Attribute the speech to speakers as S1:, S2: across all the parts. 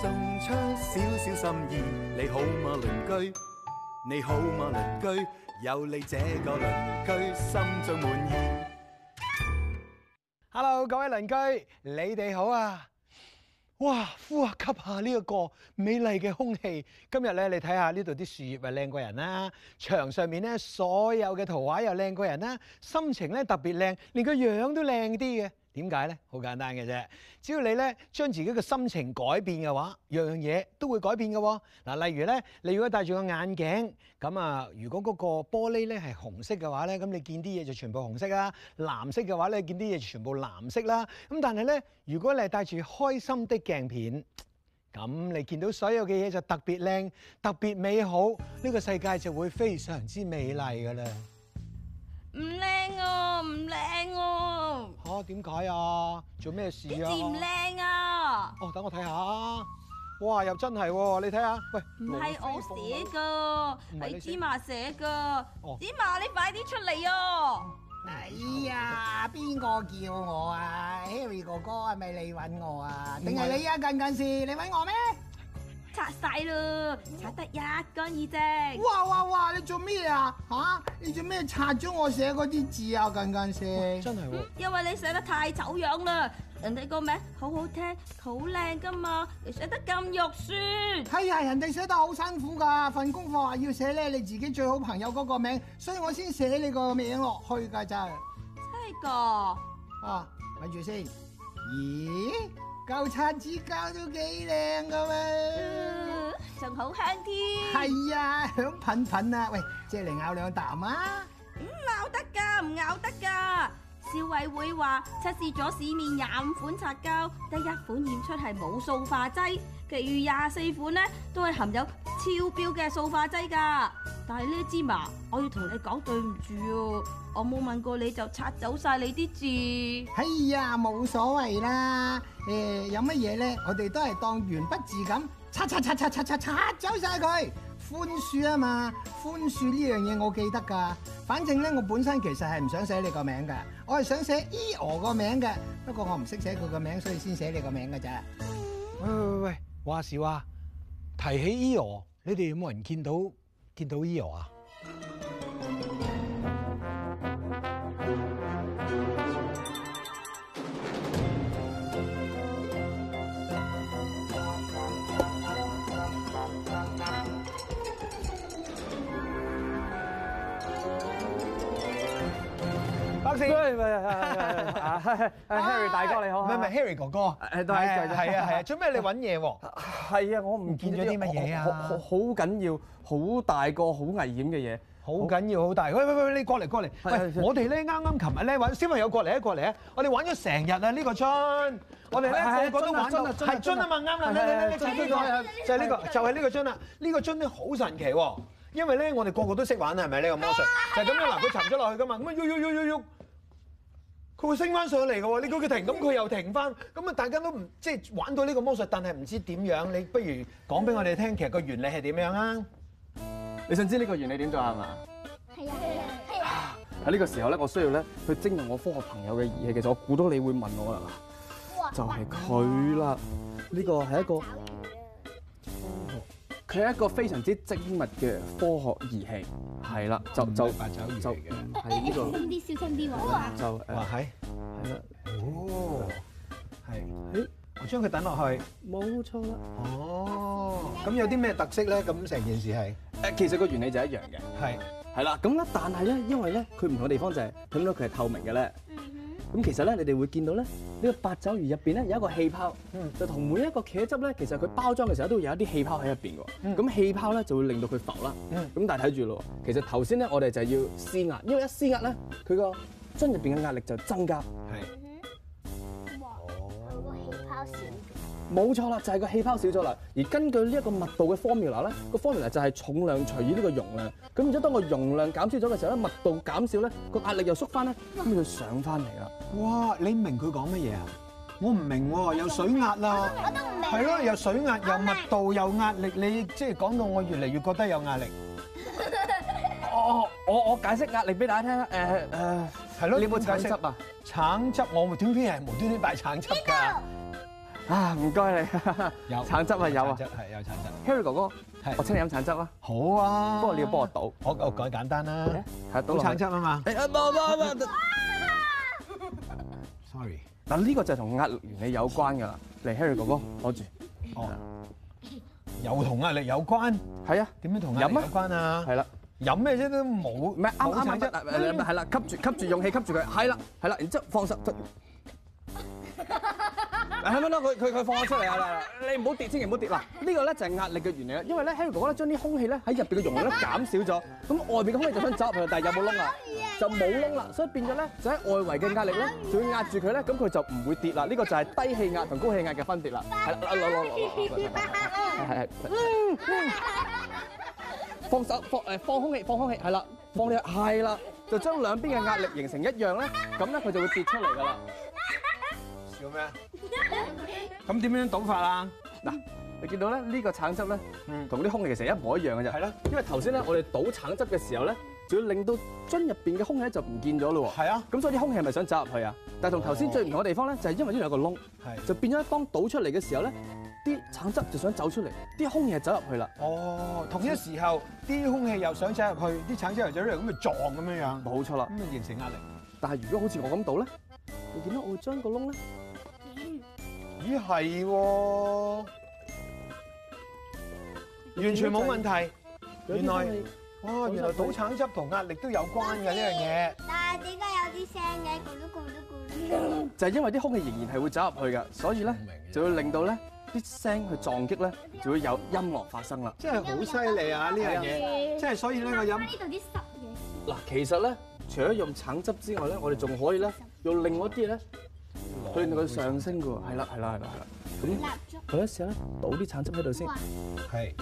S1: 送出少少心意，你好嗎鄰居？你好嗎鄰居？有你這個鄰居，心中滿意。
S2: Hello，各位鄰居，你哋好啊！哇，呼下吸下呢一個美麗嘅空氣。今日咧，你睇下呢度啲樹葉啊靚過人啦，牆上面咧所有嘅圖畫又靚過人啦，心情咧特別靚，連個樣都靚啲嘅。點解呢？好簡單嘅啫，只要你咧將自己嘅心情改變嘅話，樣樣嘢都會改變嘅喎。嗱，例如咧，你如果戴住個眼鏡，咁啊，如果嗰個玻璃咧係紅色嘅話咧，咁你見啲嘢就全部紅色啦；藍色嘅話咧，見啲嘢全部藍色啦。咁但係咧，如果你係戴住開心的鏡片，咁你見到所有嘅嘢就特別靚、特別美好，呢個世界就會非常之美麗㗎啦。
S3: 唔靚啊，唔靚啊！
S2: 嚇點解啊？做咩事
S3: 啲
S2: 啊？
S3: 字唔靚啊！
S2: 哦，等我睇下。哇，又真係喎！你睇下，喂，
S3: 唔係我寫噶，
S2: 啊唔係你寫
S3: 係芝麻寫噶。
S2: 哦
S3: 芝麻，你快啲出嚟啊！
S4: 哎呀，邊個叫我啊？Harry 哥哥係咪你揾我啊？定係你啊？近近事，你揾我咩？
S3: 擦晒啦，擦得一乾二淨。
S4: 哇哇哇！你做咩啊？吓、你做咩拆咗我寫嗰啲字啊？近近
S2: 喂
S4: 事，
S2: 真係喎，
S3: 因為你寫得太醜樣啦，人哋個名好好聽，好靚噶嘛，你寫得咁肉酸。
S4: 係啊，人哋寫得好辛苦㗎，份功課話啊要寫咧你自己最好朋友嗰個名，所以我先寫你個名落去㗎咋。
S3: 真係噶，
S4: 啊，咪住先。咦，舊擦紙膠都幾靚㗎喎。
S3: 嗯仲好香添。
S4: 係啊， 響噴噴啊！喂，借嚟咬兩啖啊！
S3: 咬得噶，唔咬得噶。消委會話測試咗市面廿五款擦膠，得一款驗出係冇塑化劑，其餘廿四款呢都係含有超標嘅塑化劑噶。但係呢芝麻，我要同你講對唔住啊，我冇問過你就擦走晒你啲字。
S4: 哎呀，冇所謂啦。誒、有乜嘢咧？我哋都係當鉛筆字咁，擦擦擦擦擦擦擦走晒佢。寬恕啊嘛，寬恕呢樣嘢我記得㗎。反正咧，我本身其實係唔想寫你個名㗎，我係想寫 E 娥個名嘅。不過我唔識寫佢個名，所以先寫你個名㗎咋。
S2: 喂喂喂喂，話時話，提起 Eo，你哋有冇人見到見到 Eo 啊？博士，
S5: 喂喂啊係係 Harry 大哥你好，
S2: 唔係唔係 Harry 哥哥，
S5: 誒都係
S2: 係
S5: 繼續
S2: 係啊係啊，做咩你揾嘢喎？
S5: 係啊，我唔見
S2: 唔見咗啲乜嘢啊
S5: 好好好好緊要、好大個、好危險嘅嘢。
S2: 好緊要，好大！喂喂喂，你過嚟過嚟！
S5: 係係
S2: 喂，我哋咧啱啱琴日咧揾小朋友過嚟啊，過嚟啊！我哋玩咗成日啊，呢個樽，我哋咧
S5: 係係
S2: 個個都
S5: 樽啊
S2: 玩到
S5: 樽啊樽啊
S2: 係樽啊嘛，啱啦，
S5: 係
S2: 嚟嚟嚟，
S5: 係係
S2: 就係呢
S3: 樽啊
S2: 個，就係呢個，就係呢個樽啦。呢個樽咧好神奇喎，因為咧我哋個個都識玩啊，係咪呢個魔術？就係咁樣嗱，佢沉咗落去噶嘛，咁啊喐喐喐喐喐。佢會升翻上嚟嘅喎，你叫佢停，咁佢又停翻，咁啊大家都唔即係玩到呢個魔術，但係唔知點樣，你不如講俾我哋聽，其實個原理係點樣啊？
S5: 你想知呢個原理點做係嘛？係啊係啊係啊！喺呢個時候咧，我需要咧去徵用我科學朋友嘅儀器。其實我估到你會問我啦，就係佢啦。呢個係一個，佢係一個非常之精密嘅科學儀器。係啦，就就
S2: 八爪魚
S5: 就
S2: 嚟嘅
S5: 係呢個
S6: 啲小心啲喎，
S5: 就誒
S2: 哇係。
S5: 係啦，
S2: 哦，係，
S5: 誒
S2: 我將佢等落去。
S5: 冇錯啦。
S2: 哦，咁有啲咩特色咧？咁成件事係
S5: 誒，其實個原理就一樣嘅。
S2: 係
S5: 係啦，咁咧，但係咧，因為咧，佢唔同嘅地方就係點解佢係透明嘅咧？咁其實咧，你哋會見到咧，呢個八爪魚入邊咧有一個氣泡，
S2: 嗯
S5: 就同每一個茄汁咧，其實佢包裝嘅時候都會有一啲氣泡喺入邊嘅喎。咁、氣泡咧就會令到佢浮啦。咁、
S2: 嗯
S5: 但係睇住咯，其實頭先咧我哋就要施壓，因為一施壓咧，佢個樽入邊嘅壓力就增加。
S2: 係。
S6: 佢個氣泡少
S5: 冇錯啦，就係、個氣泡少咗啦。而根據呢一個密度嘅 formula 咧，個 formula 就係重量除以呢個容量。咁然之後當個容量減少咗嘅時候咧，密度減少咧，個壓力又縮翻咧，咁佢就上翻嚟啦。
S2: 哇！你明佢講乜嘢啊？我唔明喎，有水壓啦，
S6: 我都唔明。
S2: 係咯，有水壓，有密度，有壓力。你即係講到我越嚟越覺得有壓力，
S5: 哦，我我解釋壓力俾大家聽啦。誒、誒，
S2: 係咯。
S5: 你有冇
S2: 點解
S5: 橙
S2: 釋
S5: 汁啊？
S2: 橙汁我點知係無端端擺橙汁㗎？
S5: 啊，唔該你。
S2: 有
S5: 橙汁啊有
S2: 橙
S5: 啊
S2: 汁係有橙汁。
S5: Harry 哥哥，
S2: 係
S5: 我請你飲橙汁啊，
S2: 好啊。
S5: 不過你要幫我倒。
S2: 我我改簡單啦，
S5: 係倒
S2: 倒
S5: 落去
S2: 橙汁啊嘛。
S5: 誒啊唔唔唔唔
S2: Sorry，
S5: 嗱呢個就同壓力原理有關㗎啦。嚟 Harry 哥哥攞住，
S2: 哦，又同壓力有關，
S5: 係啊，
S2: 點樣同壓力有
S5: 飲啊
S2: 關啊？
S5: 係啦，
S2: 飲咩啫都冇，
S5: 唔係啱
S2: 冇
S5: 啱啱
S2: 橙汁
S5: 啱，係啦，吸住吸住勇氣，吸住佢，係啦係啦，然之後放手。係咪咯？佢佢佢放咗出嚟啊！嗱嗱你唔好跌，千祈唔好跌嗱。呢個咧就係壓力嘅原理啦。因為咧，Harry 哥哥咧將啲空氣咧喺入邊嘅容量咧減少咗，咁外邊嘅空氣就想走入去，但係有冇窿啊？就冇窿啦，所以變咗咧就喺外圍嘅壓力咧，就要壓住佢咧，咁佢就唔會跌啦。呢個就係低氣壓同高氣壓嘅分別啦。係啦，攞攞攞攞攞攞。係係。哎嗯放手放誒放空氣，放空氣係啦，放氣係啦，就將兩邊嘅壓力形成一樣咧，咁咧佢就會跌出嚟㗎啦。
S2: 笑咩？咁點樣倒法啊？
S5: 你見到咧呢個橙汁咧
S2: 嗯，
S5: 同啲空氣其實一模一樣嘅啫。
S2: 係啦，
S5: 因為頭先咧我哋倒橙汁嘅時候咧，就要令到樽入邊嘅空氣咧就唔見咗咯喎。
S2: 係啊，
S5: 咁所以啲空氣係咪想走入去啊？但係同頭先最唔同嘅地方咧，就係因為呢度有個窿，
S2: 係。
S5: 就變咗當倒出嚟嘅時候咧，啲橙汁就想走出嚟，啲空氣就走入去啦。
S2: 哦，同一時候啲空氣又想走入去，啲橙汁又走入嚟，咁咪撞咁樣樣，
S5: 冇錯啦。
S2: 咁咪形成壓力。
S5: 但係如果好似我咁倒咧，你見到我會將個窿咧
S2: 咦係喎，完全冇問題。
S5: 有啲
S2: 原來
S5: 空氣
S2: 哇，原來倒橙汁同壓力都有關嘅呢樣嘢。
S6: 但係點解有啲聲嘅？咕嚕咕嚕咕嚕。
S5: 就係因為啲空氣仍然係會走入去㗎，所以咧
S2: 明嘅
S5: 就會令到咧啲聲去撞擊咧，就會有音樂發生啦。
S2: 真係好犀利啊！呢樣
S6: Dạ.
S2: 嘢，即係所以呢個飲
S6: 呢度啲濕嘢。
S5: 嗱，其實咧，除咗用橙汁之外咧，我哋仲可以咧用另外一啲咧，去令到佢上升㗎喎。係啦，係啦，係啦，係啦。
S6: 蠟燭。
S5: 我哋試下咧，倒啲橙汁喺度先，
S6: 哇
S2: 係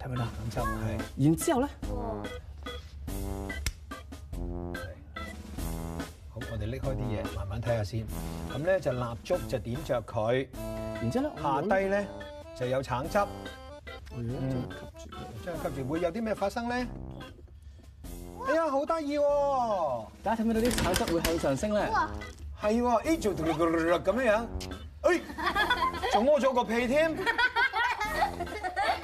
S5: 睇唔睇到？
S2: 橙汁係
S5: 然之後咧，
S2: 好，我哋拎開啲嘢慢慢睇下先。咁咧就蠟燭就點着佢，
S5: 然之後咧，
S2: 下低咧就有橙汁，
S5: 我哋咧就吸住佢。
S2: 將佢吸住會有啲咩發生咧？哎呀，好得意喎！
S5: 大家睇唔睇到啲橙汁會向上升咧？
S6: 哇！
S2: 係喎，A 做咁樣樣， 哎，仲屙咗個屁添。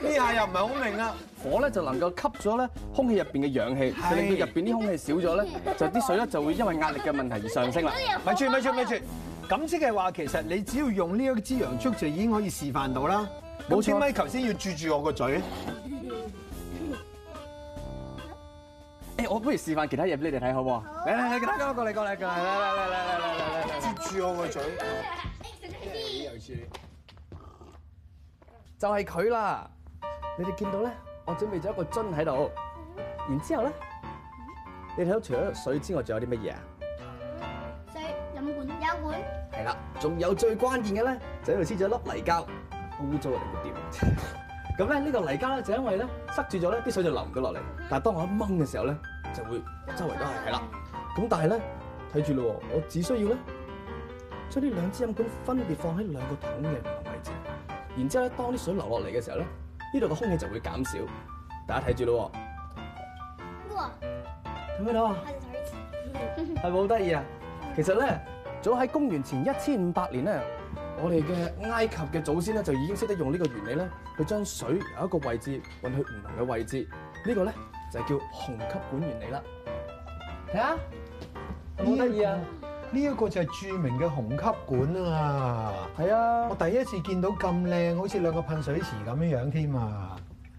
S2: 呢下又唔係好明啊！
S5: 火咧就能夠吸咗咧空氣入邊嘅氧氣，
S2: 係
S5: 就令到入邊啲空氣少咗咧，就啲水咧就會因為壓力嘅問題而上升啦。
S2: 咪住咪住咪住，咁即係話其實你只要用呢一支洋竹就已經可以示範到啦。
S5: 冇
S2: 冇
S5: 錯
S2: 錯，咪頭先要住住我個嘴。
S5: 誒，我不如示範其他嘢俾你哋睇好唔好啊？嚟嚟嚟，大家過嚟過嚟過嚟，嚟嚟嚟嚟嚟嚟嚟嚟嚟，
S2: 住我個嘴，又似
S5: 就係佢啦！你哋見到咧，我準備咗一個樽喺度，然之後咧，你睇到除咗水之外，仲有啲乜嘢啊？
S6: 水飲管有管。
S5: 係啦，仲有最關鍵嘅咧，就喺度黐咗一粒泥膠，污糟啊你會點？ 咁咧呢個泥膠咧就因為咧塞住咗咧，啲水就流唔到落嚟。但係當我一掹嘅時候咧，就會周圍都係係啦。咁但係咧睇住咯喎，我只需要咧將呢兩支飲管分別放喺兩個桶嘅唔同位置，然之後咧當啲水流落嚟嘅時候咧，呢度嘅空氣就會減少。大家睇住咯
S6: 哇！
S5: 喎，睇唔睇到啊？
S6: 噴水池。
S5: 係咪好得意啊？其實咧，早喺公元前一千五百年咧，我哋嘅埃及嘅祖先咧就已經識得用呢個原理咧，去將水由一個位置運去唔同嘅位置。呢個咧就係叫虹吸管原理啦。睇下，有冇得意啊？
S2: 呢一個就係著名嘅虹吸管啊！
S5: 係啊
S2: 我，第一次見到咁靚，好似兩個噴水池咁樣樣添啊！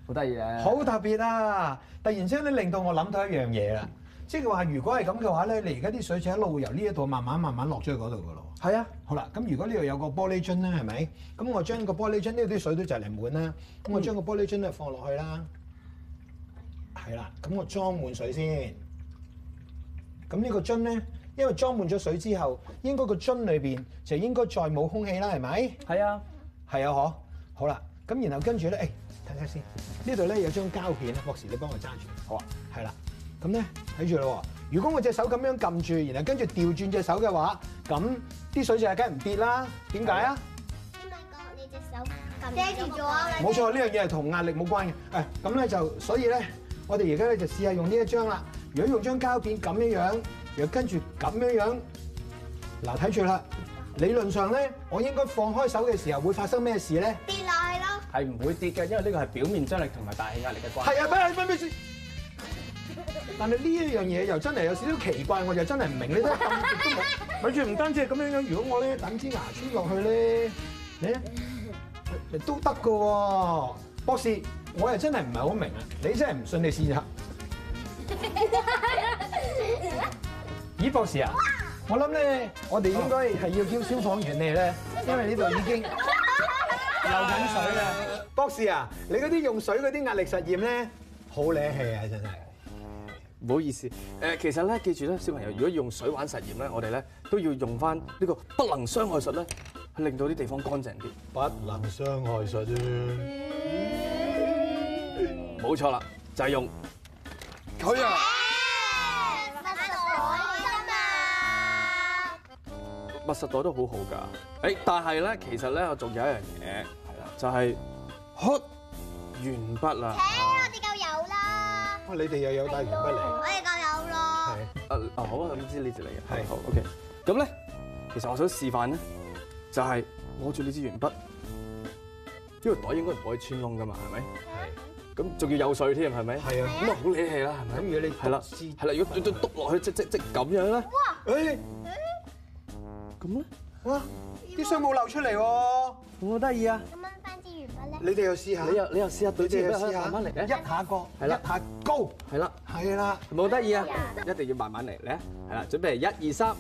S5: 好得意啊！
S2: 好特別啊！突然之間咧，令到我諗到一樣嘢啦，即係話如果係咁嘅話咧，你而家啲水就一路由呢一度慢慢慢慢落咗去嗰度噶咯。
S5: 係啊，
S2: 好啦，咁如果呢度有個玻璃樽啦，係咪？咁我將個玻璃樽呢度啲水都就嚟滿啦，咁我將個玻璃樽咧放落去啦，係啦，咁我裝滿水先。咁呢個樽咧，因為裝滿咗水之後，應該個樽裏邊就應該再冇空氣啦，係咪？
S5: 係啊，
S2: 係啊，嗬，好啦，咁然後跟住咧，誒、睇睇先，呢度咧有張膠片啊咧，博士你幫我揸住，好啊，係啦，咁咧睇住咯喎，如果我隻手咁樣撳住，然後跟住調轉隻手嘅話，咁啲水就係梗係唔跌啦，點解啊？
S6: 因為個你隻手遮住咗啊！
S2: 冇錯，呢樣嘢係同壓力冇關嘅。誒，咁咧就所以咧，我哋而家咧就試下用呢一張啦。如果用張膠片咁樣樣，又跟住咁樣樣，嗱睇住啦。理論上咧，我應該放開手嘅時候會發生咩事咧？
S6: 跌落去咯，
S5: 係唔會跌嘅，因為呢個係表面張力同埋大氣壓力嘅關係。
S2: 係啊，咩咩咩事？但係呢一樣嘢又真係有少少奇怪，我就真係唔明你都係咁都冇。咪住唔單止係咁樣樣，如果我咧等支牙穿落去咧，你都得噶喎，博士，我又真係唔係好明啊！你真係唔信你啊試下。咦，博士啊，我諗咧，我哋應該係要叫消防員嚟咧，因為呢度已經流緊水啦。博士啊，你嗰啲用水嗰啲壓力實驗咧，好瀨氣啊，真係。
S5: 唔好意思，誒其實咧，記住咧，小朋友，如果用水玩實驗咧，我哋咧都要用翻呢個不能傷害術咧，去令到啲地方乾淨啲。
S2: 不能傷害術啫。
S5: 冇錯啦，就係、用佢啊！
S6: 乜水啫嘛，
S5: 密實袋都好好㗎。誒，但係咧，其實咧，我仲有一樣嘢係啦，就係、喝鉛筆啊啦。
S6: 我哋夠有啦，
S2: 哇，你哋又有帶鉛筆嚟，
S6: 我哋夠有咯，
S2: 係
S5: 啊啊好啊，咁知呢支嚟嘅，
S2: 係
S5: 好 OK。咁咧，其實我想示範咧，就係攞住呢支鉛筆，呢個袋應該唔可以穿窿㗎嘛，係咪？咁仲要有水添，係咪？
S2: 係啊。
S5: 咁啊好理氣啊啦，係
S2: 咁
S5: 咪？
S2: 如果你
S5: 係啦，係啦，如果嘟篤落去，即即即咁樣咧，
S2: 誒，
S5: 咁咧，
S2: 哇，啲水冇流出嚟喎。
S5: 好唔好得意啊？
S6: 咁掹翻支鉛筆咧，
S2: 你哋又試下，
S5: 你又你又試下對
S2: 你哋
S5: 支
S2: 又
S5: 筆
S2: 試下，
S5: 慢慢嚟
S2: 一
S5: 咧，
S2: 下過，
S5: 係
S2: 一
S5: 啦
S2: 下高，
S5: 係啦，
S2: 係啦。
S5: 係咪好得意啊？一定要慢慢嚟咧，係啦，準備一二三，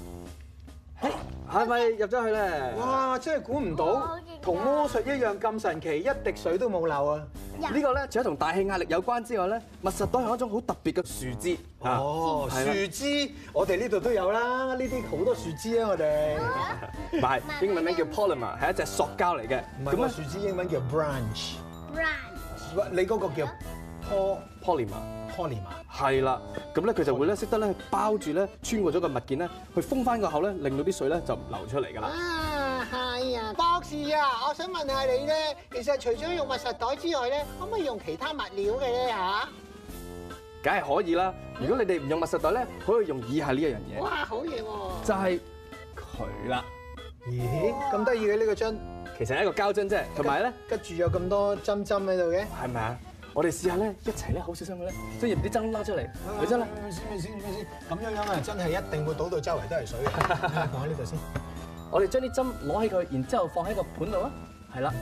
S5: 嘿，係咪入咗去咧？
S2: 哇！真係估唔
S6: 哇
S2: 到
S6: 好勁啊，
S2: 同魔術一樣咁神奇，一滴水都冇漏啊！
S6: Dạ.
S5: 呢個咧，除咗同大氣壓力有關之外咧，密實袋係一種好特別嘅樹枝。啊，
S2: 哦，
S5: 係啦
S2: 樹枝，我哋呢度都有啦，呢啲好多樹枝啊，我哋。
S5: 唔係英文名叫 polymer，係一隻塑膠嚟嘅。
S2: 唔係，
S5: 咁
S2: 個
S5: 咧
S2: 樹枝英文叫 branch，
S6: Run
S2: 你嗰個叫 po
S5: polymer
S2: polymer。
S5: 係啦，咁咧佢就會咧識得咧包住咧穿過咗個物件咧，去封翻個口咧，令到啲水咧就唔流出嚟㗎啦。
S4: 啊，係啊，博士啊，我想問下你咧，其實除咗用密實袋之外咧，可唔可以用其他物料嘅咧嚇？
S5: 梗係可以啦，如果你哋唔用密實袋咧，可以用以下呢一樣嘢，
S4: 哇，好嘢喎！
S5: 就係佢啦。
S2: 咦，咁得意嘅呢個樽，
S5: 其實係一個膠樽啫，同埋咧
S2: 跟住有咁多針針喺度嘅。
S5: 係咪啊？我哋試下咧，一齊咧好小心嘅咧，將入啲針拉出嚟，你真啦。
S2: 先咪先咪先，咁樣樣啊，真係一定會倒到周圍都係 水嘅。講呢度先。
S5: 我哋將啲針攞起佢，然之後放喺個盤度啊，係啦，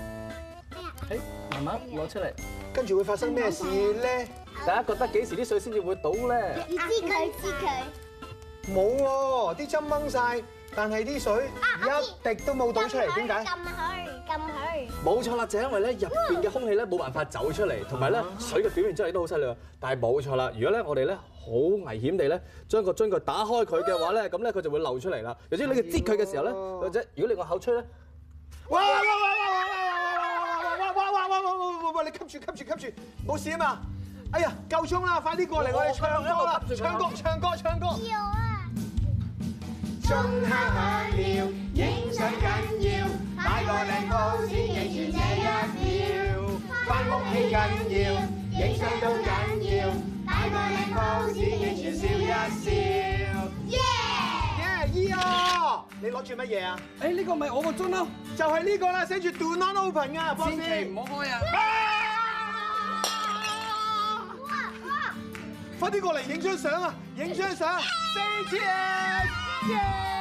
S5: 誒，慢慢攞出嚟。
S2: 跟住會發生咩事咧？
S5: 大家覺得幾時啲水先至會倒咧？
S6: 你知佢知佢，
S2: 冇喎，啲針掹晒，但係啲水一滴都冇倒出嚟，點解？
S6: 撳佢，撳佢，
S5: 冇錯啦，就係因為咧入邊嘅空氣咧冇辦法走出嚟，同埋咧水嘅表面張力都好犀利啊。但係冇錯啦，如果咧我哋咧好危險地咧將個樽蓋打開佢嘅話咧，咁咧佢就會流出嚟啦。或者你擠佢嘅時候咧，或者如果你個口吹咧，
S2: 哇哇哇哇哇哇哇哇哇哇哇哇哇哇哇哇！你吸住吸住吸住，冇事啊嘛！哎呀，夠鐘啦，快啲過嚟，我哋唱歌啦！唱歌唱歌唱歌！
S6: 要啊！Vâng,
S1: 影相緊要，擺個靚 pose 記住這一秒。翻屋企緊要，影相都緊要，擺個靚 pose 記住笑一笑。
S2: 耶依啊！你攞住乜嘢啊？
S5: 誒呢個咪我個樽咯，
S2: 就係呢個啦，寫住 Do not open 啊，博士！
S5: 好開啊！
S2: 快啲過嚟影張相啊！影張相，四 cheers！耶！